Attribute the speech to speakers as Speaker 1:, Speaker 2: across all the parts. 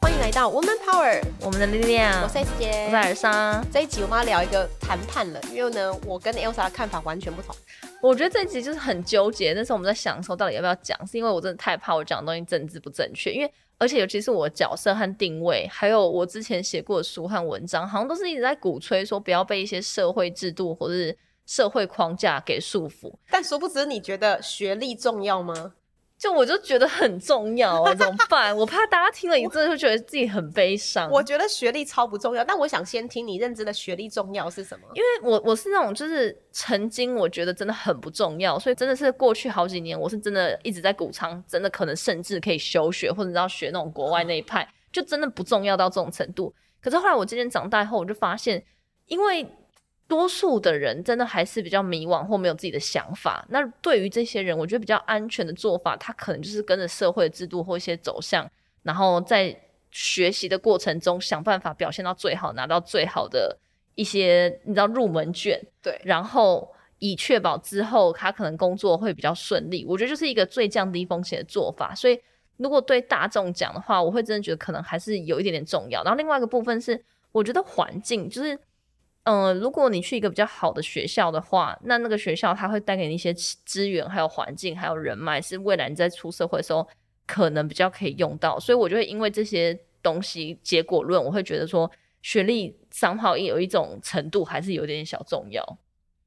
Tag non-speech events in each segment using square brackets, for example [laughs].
Speaker 1: 欢迎来到 Woman Power，
Speaker 2: 我们的力量，
Speaker 1: 我是 S 姐，
Speaker 2: 嗯我是尔莎。
Speaker 1: 这一集我们要聊一个谈判了，因为呢，我跟 Elsa 的看法完全不同。
Speaker 2: 我觉得这一集就是很纠结，但是我们在想的时候到底要不要讲，是因为我真的太怕我讲的东西政治不正确，因为而且尤其是我的角色和定位，还有我之前写过的书和文章，好像都是一直在鼓吹说不要被一些社会制度或是社会框架给束缚。
Speaker 1: 但殊不知，你觉得学历重要吗？
Speaker 2: 就我就觉得很重要啊，怎么办？我怕大家听了一阵就觉得自己很悲伤。
Speaker 1: 我觉得学历超不重要，但我想先听你认知的学历重要是什么？
Speaker 2: 因为我我是那种就是曾经我觉得真的很不重要，所以真的是过去好几年我是真的一直在鼓倡，真的可能甚至可以休学或者要学那种国外那一派，就真的不重要到这种程度。可是后来我渐渐长大后，我就发现，因为多数的人真的还是比较迷惘或没有自己的想法。那对于这些人，我觉得比较安全的做法，他可能就是跟着社会制度或一些走向，然后在学习的过程中想办法表现到最好，拿到最好的一些你知道入门卷，
Speaker 1: 对，
Speaker 2: 然后以确保之后他可能工作会比较顺利。我觉得就是一个最降低风险的做法。所以如果对大众讲的话，我会真的觉得可能还是有一点点重要。然后另外一个部分是，我觉得环境就是，嗯、如果你去一个比较好的学校的话，那那个学校它会带给你一些资源，还有环境，还有人脉，是未来你在出社会的时候可能比较可以用到。所以我就会因为这些东西结果论，我会觉得说。学历商号也有一种程度，还是有点小重要。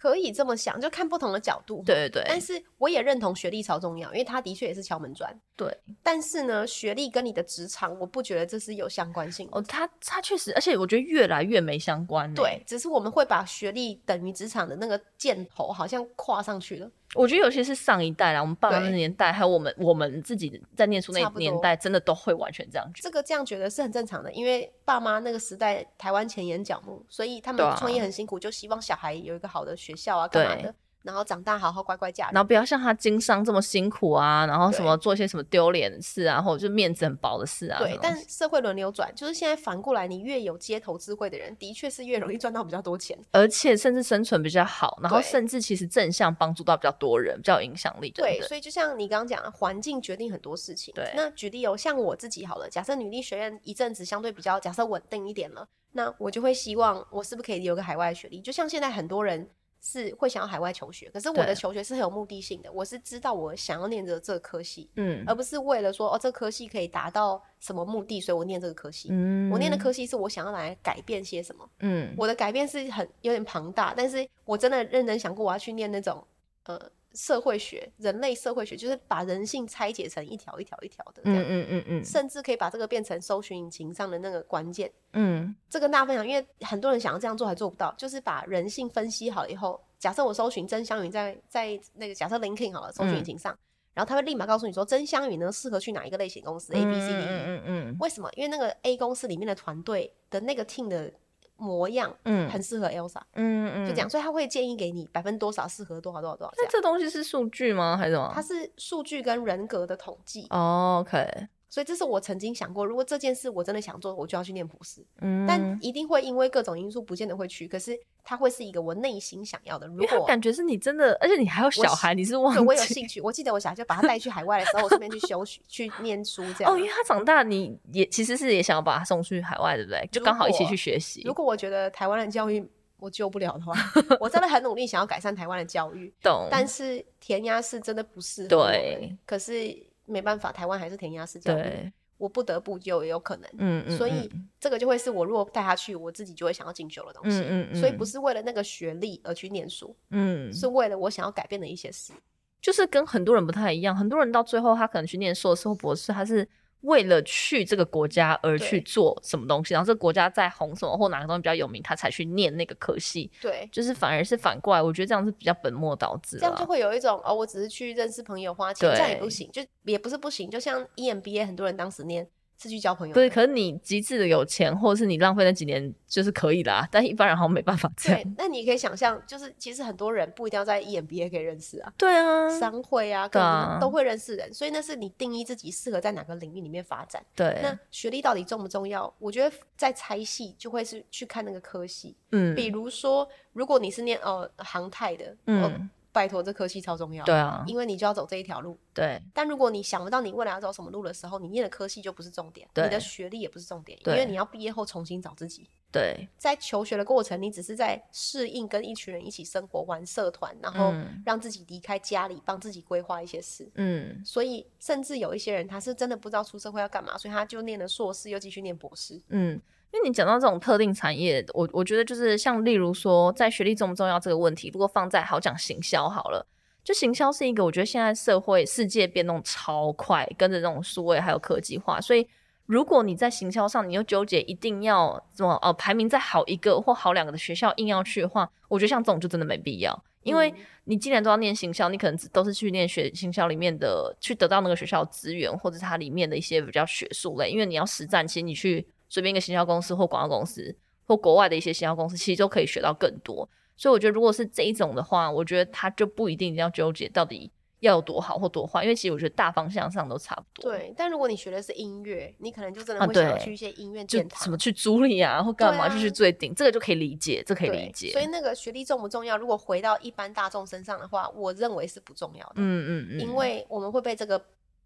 Speaker 1: 可以这么想，就看不同的角度。。
Speaker 2: 对对
Speaker 1: 但是我也认同学历超重要，因为它的确也是敲门砖。
Speaker 2: 对，
Speaker 1: 但是呢，学历跟你的职场，我不觉得这是有相关性的。
Speaker 2: 哦，他他确实，而且我觉得越来越没相关、欸。
Speaker 1: 对，，只是我们会把学历等于职场的那个箭头好像跨上去了。
Speaker 2: 我觉得有些是上一代啦，我们爸妈
Speaker 1: 对
Speaker 2: 那年代，还有我们我们自己在念书那
Speaker 1: 差不多
Speaker 2: 年代，真的都会完全这样觉
Speaker 1: 这
Speaker 2: 得。
Speaker 1: 个这样觉得是很正常的，因为爸妈那个时代台湾前沿角目，所以他
Speaker 2: 对
Speaker 1: 们
Speaker 2: 啊
Speaker 1: 创业很辛苦，就希望小孩有一个好的学校啊，干嘛
Speaker 2: 对
Speaker 1: 的，然后长大好好乖乖嫁人。
Speaker 2: 然后不要像他经商这么辛苦啊，然后什
Speaker 1: 对
Speaker 2: 么做一些什么丢脸的事啊，或者就面子很薄的事啊。
Speaker 1: 对
Speaker 2: 这种，
Speaker 1: 但社会轮流转，就是现在反过来，你越有街头智慧的人，的确是越容易赚到比较多钱。
Speaker 2: 而且甚至生存比较好，然后
Speaker 1: 对
Speaker 2: 甚至其实正向帮助到比较多人，比较有影响力等
Speaker 1: 对，
Speaker 2: 等。
Speaker 1: 所以就像你刚刚讲的，环境决定很多事情。
Speaker 2: 对
Speaker 1: 那举例哦，像我自己好了，假设女力学院一阵子相对比较假设稳定一点了，那我就会希望我是不是可以有个海外学历？就像现在很多人是会想要海外求学，可是我的
Speaker 2: 对
Speaker 1: 求学是很有目的性的，我是知道我想要念的这科系，
Speaker 2: 嗯
Speaker 1: 而不是为了说哦这科系可以达到什么目的，所以我念这个科系。
Speaker 2: 嗯
Speaker 1: 我念的科系是我想要来改变些什么，
Speaker 2: 嗯
Speaker 1: 我的改变是很有点庞大，但是我真的认真想过，我要去念那种呃社会学、人类社会学，就是把人性拆解成一条一条一条的这
Speaker 2: 嗯
Speaker 1: 样，
Speaker 2: 嗯嗯嗯
Speaker 1: 甚至可以把这个变成搜寻引擎上的那个关键。
Speaker 2: 嗯
Speaker 1: 这跟大家分享，因为很多人想要这样做还做不到，就是把人性分析好了以后，假设我搜寻曾湘云在在那个假设 LinkedIn 好了，搜寻
Speaker 2: 嗯
Speaker 1: 引擎上，然后他会立马告诉你说曾湘云呢适合去哪一个类型公司 A B C D
Speaker 2: 嗯
Speaker 1: E。
Speaker 2: 嗯嗯嗯
Speaker 1: 为什么？因为那个 A 公司里面的团队的那个 team 的模样
Speaker 2: 嗯
Speaker 1: 很适合 Elsa，、
Speaker 2: 嗯嗯，
Speaker 1: 就这样，所以他会建议给你百分之多少适合多少多少多少这
Speaker 2: 那
Speaker 1: 样。
Speaker 2: 这东西是数据吗？还是什么？
Speaker 1: 它是数据跟人格的统计，
Speaker 2: 哦，OK，
Speaker 1: 所以这是我曾经想过，如果这件事我真的想做，我就要去念博士，
Speaker 2: 嗯，
Speaker 1: 但一定会因为各种因素不见得会去，可是它会是一个我内心想要的。
Speaker 2: 因
Speaker 1: 如
Speaker 2: 为他
Speaker 1: 果
Speaker 2: 感觉是你真的，而且你还有小孩，你是忘
Speaker 1: 对我有
Speaker 2: 记
Speaker 1: 兴趣，我记得我小孩就把他带去海外的时候，我顺便去休学、去念书这样。
Speaker 2: 哦，因为他长大，你也其实是也想要把他送去海外，对不对？就刚好一起去学习
Speaker 1: 如，果我觉得台湾的教育我救不了的话，我真的很努力想要改善台湾的教
Speaker 2: [laughs]
Speaker 1: 育，
Speaker 2: 懂？
Speaker 1: 但是填鸭式真的不适合我们
Speaker 2: 对
Speaker 1: 可是没办法，台湾还是填鸭式教育，
Speaker 2: 对，
Speaker 1: 我不得不就也有可能。
Speaker 2: 嗯嗯，
Speaker 1: 所以这个就会是我如果带他去，我自己就会想要进修的东西。
Speaker 2: 嗯嗯嗯
Speaker 1: 所以不是为了那个学历而去念书，
Speaker 2: 嗯，嗯
Speaker 1: 是为了我想要改变的一些事。
Speaker 2: 就是跟很多人不太一样，很多人到最后他可能去念硕士或博士，他是。为了去这个国家而
Speaker 1: 对
Speaker 2: 去做什么东西，然后这个国家在红什么或哪个东西比较有名，他才去念那个科系，
Speaker 1: 对，
Speaker 2: 就是反而是反过来，我觉得这样是比较本末倒置
Speaker 1: 这样就
Speaker 2: 了。
Speaker 1: 会有一种哦，我只是去认识朋友花钱，E
Speaker 2: 对
Speaker 1: 这样也不行，就也不是不行。就像 EMBA 很多人当时念是去交朋友的。
Speaker 2: 对，可是你极致的有钱，或者是你浪费那几年，就是可以啦。但一般人好像没办法这样。
Speaker 1: 对，那你可以想象，就是其实很多人不一定要在 E EMBA 可以认识啊，
Speaker 2: 对啊，
Speaker 1: 商会啊，各
Speaker 2: 对啊
Speaker 1: 都会认识人，所以那是你定义自己适合在哪个领域里面发展。
Speaker 2: 对
Speaker 1: 那，学历到底重不重要？我觉得在拆系就会是去看那个科系，
Speaker 2: 嗯，
Speaker 1: 比如说，如果你是念呃航太的，
Speaker 2: 嗯
Speaker 1: 哦拜托这科系超重要，
Speaker 2: 对，啊，
Speaker 1: 因为你就要走这一条路。
Speaker 2: 对
Speaker 1: 但如果你想不到你未来要走什么路的时候，你念的科系就不是重点，你
Speaker 2: 对
Speaker 1: 的学历也不是重点，因
Speaker 2: 对
Speaker 1: 为你要毕业后重新找自己。
Speaker 2: 对，
Speaker 1: 在求学的过程，你只是在适应跟一群人一起生活、玩社团，然后
Speaker 2: 嗯
Speaker 1: 让自己离开家里，帮自己规划一些事。
Speaker 2: 嗯
Speaker 1: 所以，甚至有一些人他是真的不知道出社会要干嘛，所以他就念了硕士，又继续念博士。
Speaker 2: 嗯。因为你讲到这种特定产业，我我觉得就是像例如说，在学历重不重要这个问题，如果放在好讲行销好了，就行销是一个我觉得现在社会世界变动超快，跟着这种数位还有科技化，所以如果你在行销上，你又纠结一定要怎么呃排名在好一个或好两个的学校硬要去的话，我觉得像这种就真的没必要，因为
Speaker 1: 嗯
Speaker 2: 你既然都要念行销，你可能只都是去念学行销里面的，去得到那个学校的资源或者它里面的一些比较学术类，因为你要实战，其实你去随便一个行销公司或广告公司或国外的一些行销公司，其实都可以学到更多。所以我觉得，如果是这一种的话，我觉得他就不一定一定要纠结到底要有多好或多坏，因为其实我觉得大方向上都差不多。，
Speaker 1: 对，但如果你学的是音乐，你可能就真
Speaker 2: 啊
Speaker 1: 的会想要
Speaker 2: 对
Speaker 1: 去一些音乐
Speaker 2: 就
Speaker 1: 殿堂。
Speaker 2: 什么去租赁啊，或干嘛，
Speaker 1: 对啊
Speaker 2: 就是最顶，这个就可以理解，这可以
Speaker 1: 对
Speaker 2: 理解。
Speaker 1: 所以那个学历重不重要？如果回到一般大众身上的话，我认为是不重要的，
Speaker 2: 嗯嗯嗯，
Speaker 1: 因为我们会被这个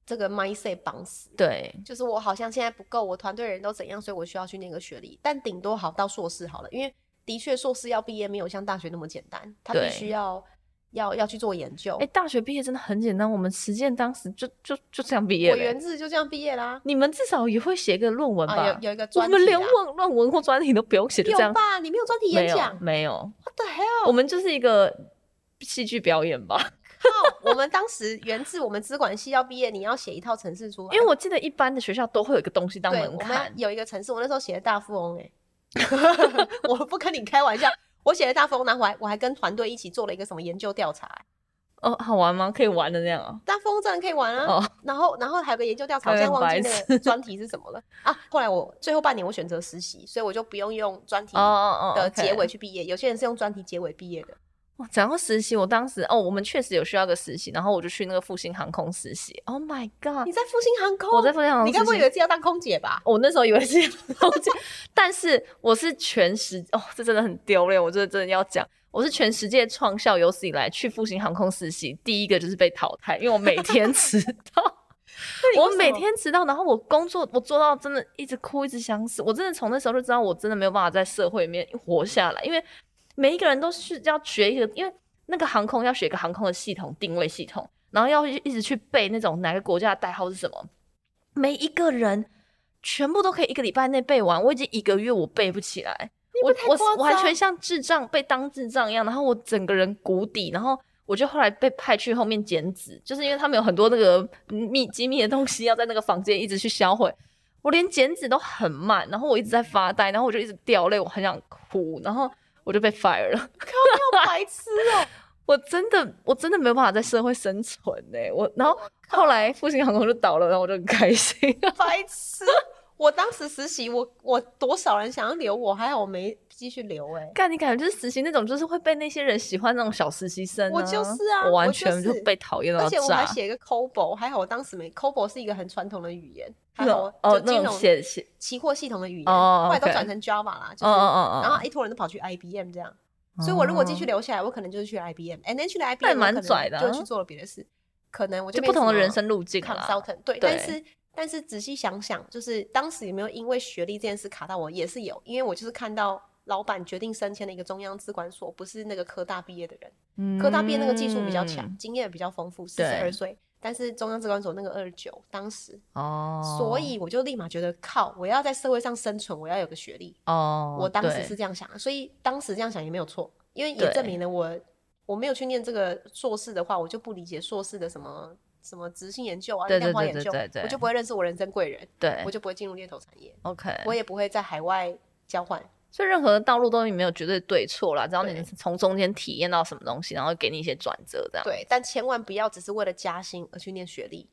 Speaker 1: 这个 mindset 绑死。
Speaker 2: 对
Speaker 1: 就是我好像现在不够，我团队人都怎样，所以我需要去那个学历，但顶多好到硕士好了，因为的确硕士要毕业没有像大学那么简单，他必
Speaker 2: 对
Speaker 1: 须要要要去做研究。
Speaker 2: 哎、大学毕业真的很简单，我们实践当时就就就这样毕业
Speaker 1: 我
Speaker 2: 了
Speaker 1: 原
Speaker 2: 欸。
Speaker 1: 制就这样毕业啦，
Speaker 2: 你们至少也会写个论文吧？
Speaker 1: 啊，有有一个
Speaker 2: 我
Speaker 1: 专题、啊，
Speaker 2: 们连论论文或专题都不用写，就这
Speaker 1: 有
Speaker 2: 样。
Speaker 1: 吧？你没有专题
Speaker 2: 没
Speaker 1: 演
Speaker 2: 有
Speaker 1: 讲
Speaker 2: 没有，
Speaker 1: ，What the hell？
Speaker 2: 我们就是一个戏剧表演吧。
Speaker 1: 靠！我们当时原制我们资管系要毕业，你要写一套程式出来，
Speaker 2: 因为我记得一般的学校都会有一个东西当
Speaker 1: 对
Speaker 2: 门
Speaker 1: 我们
Speaker 2: 槛，
Speaker 1: 有一个程式，我那时候写的大富翁、欸， [laughs] 我不跟你开玩笑，我写的大富翁，然后我还我还跟团队一起做了一个什么研究调查、欸
Speaker 2: 哦，好玩吗？可以玩的那样啊？
Speaker 1: 大富翁真的可以玩啊。
Speaker 2: 哦，
Speaker 1: 然后，然后还有个研究调查，我
Speaker 2: 有
Speaker 1: 现在
Speaker 2: 点
Speaker 1: 忘记
Speaker 2: 白
Speaker 1: 那
Speaker 2: [laughs]
Speaker 1: 个专题是什么了啊。后来我最后半年我选择实习，所以我就不用用专题
Speaker 2: 哦哦哦，
Speaker 1: 的
Speaker 2: OK
Speaker 1: 结尾去毕业。有些人是用专题结尾毕业的，
Speaker 2: 哇，讲到实习，我当时哦，我们确实有需要个实习，然后我就去那个复兴航空实习。Oh my god！
Speaker 1: 你在复兴航空，
Speaker 2: 我在复兴航空
Speaker 1: 哦你该不
Speaker 2: 实
Speaker 1: 会以
Speaker 2: 习
Speaker 1: 为是要当空姐吧？
Speaker 2: 我那时候以为是空姐， [laughs] 但是我是全世哦，这真的很丢脸，我真的真的要讲，我是全世界创校有史以来去复兴航空实习第一个就是被淘汰，因为我每天 [laughs] 迟到，
Speaker 1: 那你
Speaker 2: 我
Speaker 1: 为什
Speaker 2: 每
Speaker 1: 么
Speaker 2: 天迟到，然后我工作我做到真的一直哭一直想死，我真的从那时候就知道我真的没有办法在社会里面活下来，因为每一个人都是要学一个，因为那个航空要学一个航空的系统定位系统，然后要一一直去背那种哪个国家的代号是什么，每一个人全部都可以一个礼拜内背完，我已经一个月我背不起来，我
Speaker 1: 太夸
Speaker 2: 我我完
Speaker 1: 张
Speaker 2: 全像智障被当智障一样，然后我整个人谷底，然后。我就后来被派去后面剪纸，就是因为他们有很多那个密机密的东西要在那个房间一直去销毁，我连剪纸都很慢，然后我一直在发呆，然后我就一直掉泪，我很想哭，然后我就被 fire 了。 [laughs]
Speaker 1: 要白痴哦、
Speaker 2: 我真的，我真的没有办法在社会生存呢、我然后后来复兴航空就倒了，然后我就很开心。
Speaker 1: 白痴！我当时实习，我我多少人想要留我，还好我没继续留、欸。哎，
Speaker 2: 干，你感觉就是实习那种，就是会被那些人喜欢那种小实习生、
Speaker 1: 我就是啊
Speaker 2: 我完
Speaker 1: 我就
Speaker 2: 全就是被讨厌
Speaker 1: 而
Speaker 2: 到
Speaker 1: 且我还
Speaker 2: 炸。
Speaker 1: 写一个 COBOL，还好我当时没 COBOL 是一个很传统的语言，还
Speaker 2: 那
Speaker 1: 好
Speaker 2: 种
Speaker 1: 我
Speaker 2: 哦
Speaker 1: 就，
Speaker 2: 那
Speaker 1: 金
Speaker 2: 种
Speaker 1: 融
Speaker 2: 写写，
Speaker 1: 期货系统的语言，
Speaker 2: 哦
Speaker 1: 后来都
Speaker 2: OK
Speaker 1: 转成 Java 啦，就是
Speaker 2: 哦哦哦哦，哦
Speaker 1: 然后一坨人都跑去 IBM 这样。所以我如果继续留下来，我可能就是去 IBM，and then 去了 IBM，
Speaker 2: 也蛮拽的啊
Speaker 1: 我可能就去做了别的事，可能我
Speaker 2: 就
Speaker 1: 变
Speaker 2: 不同的
Speaker 1: 什么
Speaker 2: 人生路径啦。
Speaker 1: consultant 对，
Speaker 2: 对
Speaker 1: 但是但是仔细想想，就是当时有没有因为学历这件事卡到我，也是有，因为我就是看到老板决定升迁的一个中央资管所，不是那个科大毕业的人，科大毕业那个技术比较强，
Speaker 2: 嗯
Speaker 1: 经验比较丰富，四十二岁，但是中央资管所那个二十九，当时，
Speaker 2: 哦，
Speaker 1: 所以我就立马觉得靠，我要在社会上生存，我要有个学历，
Speaker 2: 哦，
Speaker 1: 我当时
Speaker 2: 对
Speaker 1: 是这样想的，所以当时这样想也没有错，因为也
Speaker 2: 对
Speaker 1: 证明了我我没有去念这个硕士的话，我就不理解硕士的什么什么直性研究啊、
Speaker 2: 对
Speaker 1: 量化
Speaker 2: 对
Speaker 1: 研
Speaker 2: 对
Speaker 1: 究
Speaker 2: 对对，对
Speaker 1: 我就不会认识我人生贵人，
Speaker 2: 对
Speaker 1: 我就不会进入猎头产业，
Speaker 2: ，OK，
Speaker 1: 我也不会在海外交换。
Speaker 2: 所以任何的道路都没有绝对对错啦，只要你
Speaker 1: 对
Speaker 2: 从中间体验到什么东西，然后给你一些转折，这样。
Speaker 1: 对，但千万不要只是为了加薪而去念学历。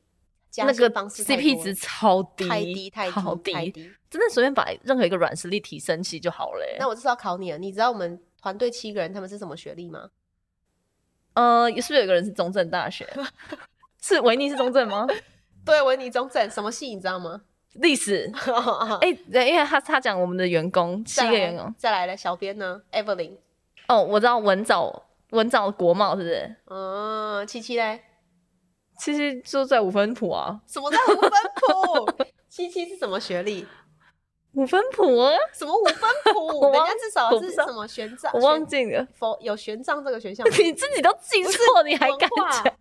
Speaker 1: 加
Speaker 2: 那
Speaker 1: 薪
Speaker 2: 个
Speaker 1: 方式太
Speaker 2: CP
Speaker 1: 多
Speaker 2: 值
Speaker 1: 了
Speaker 2: 超低，
Speaker 1: 太低太
Speaker 2: 好
Speaker 1: 低太低。
Speaker 2: 真的随便把任何一个软实力提升起就好了欸、
Speaker 1: 那我这是要考你了，你知道我们团队七个人他们是什么学历吗？
Speaker 2: 呃，是不是有一个人是中正大学？ [laughs] 是维尼是中正
Speaker 1: [laughs]
Speaker 2: 吗？
Speaker 1: 对，维尼中正什么系你知道吗？
Speaker 2: 历史？
Speaker 1: 哎，
Speaker 2: 哎、对，因为他他讲我们的员工七
Speaker 1: 再
Speaker 2: 个哦
Speaker 1: 来
Speaker 2: 员工，
Speaker 1: 再来了，小编呢？Evelyn，
Speaker 2: 哦，我知道文藻文藻国贸是不是？
Speaker 1: 嗯，七七嘞，
Speaker 2: 其实就在五分谱啊，
Speaker 1: 什么叫五分谱？ [laughs] 七七是什么学历？
Speaker 2: 五分谱啊，
Speaker 1: 什么五分谱？
Speaker 2: 我
Speaker 1: 人
Speaker 2: 忘
Speaker 1: 家至少
Speaker 2: 我不
Speaker 1: 是
Speaker 2: 知道
Speaker 1: 什么玄奘？
Speaker 2: 我忘记了，
Speaker 1: 佛有玄奘这个选
Speaker 2: [laughs]
Speaker 1: 项吗，
Speaker 2: 你自己都记
Speaker 1: 不是
Speaker 2: 错，你还
Speaker 1: 文
Speaker 2: 敢
Speaker 1: 化
Speaker 2: 讲？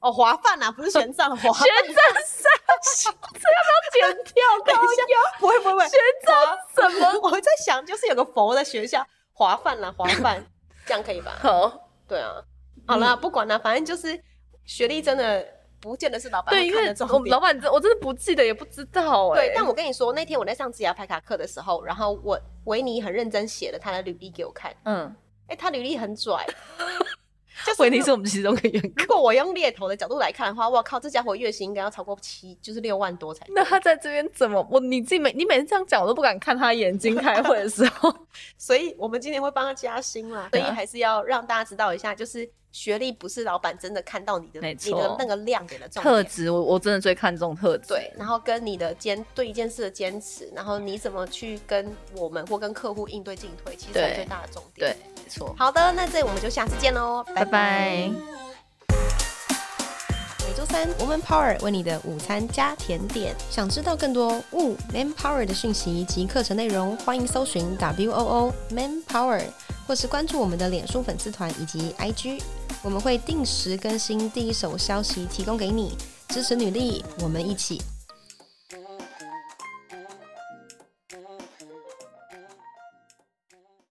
Speaker 1: 哦，华范啊，不是玄奘，华
Speaker 2: 学长三，这要不要剪掉？
Speaker 1: 等一下，不会不会不会，
Speaker 2: 学长
Speaker 1: 怎么？我在想，就是有个佛的学校，华范啦，华范，这样可以吧？
Speaker 2: 好，
Speaker 1: 对啊，好
Speaker 2: 嗯
Speaker 1: 啦，不管啦，反正就是学历真的不见得是老板
Speaker 2: 对，
Speaker 1: 会
Speaker 2: 因
Speaker 1: 看
Speaker 2: 为
Speaker 1: 的重
Speaker 2: 我们
Speaker 1: 点
Speaker 2: 老。板真我真的不记得也不知道哎、
Speaker 1: 对，但我跟你说，那天我在上职涯排卡课的时候，然后我维尼很认真写了他的履历给我看，
Speaker 2: 嗯，
Speaker 1: 哎，他履历很
Speaker 2: [laughs]
Speaker 1: 拽，就是
Speaker 2: 维尼是我们其中一个员工。
Speaker 1: 如果我用猎头的角度来看的话，我靠，这家伙月薪应该要超过七，就是六万多才对。
Speaker 2: [laughs] 那他在这边怎么？我你自己每你每次这样讲，我都不敢看他眼睛。开会的时候，
Speaker 1: 所以我们今年会帮他加薪啦，所
Speaker 2: 对
Speaker 1: 以
Speaker 2: 啊
Speaker 1: 还是要让大家知道一下，就是学历不是老板真的看到你的
Speaker 2: 没
Speaker 1: 你
Speaker 2: 错
Speaker 1: 的那个亮点的重
Speaker 2: [laughs] 特
Speaker 1: 点。
Speaker 2: 质我我真的最看重特质。
Speaker 1: 对，然后跟你的坚对一件事的坚持，然后你怎么去跟我们或跟客户应对进退，其实才是
Speaker 2: 对
Speaker 1: 最大的重点。
Speaker 2: 对，没错。
Speaker 1: 好的，那这我们就下次见喽，
Speaker 2: 拜拜。
Speaker 1: 每周三，Woman Power 为你的午餐加甜点。想知道更多 Wo Man Power 的讯息及课程内容，欢迎搜寻 W O O Man Power，或是关注我们的脸书粉丝团以及 IG，我们会定时更新第一手消息，提供给你支持女力，我们一起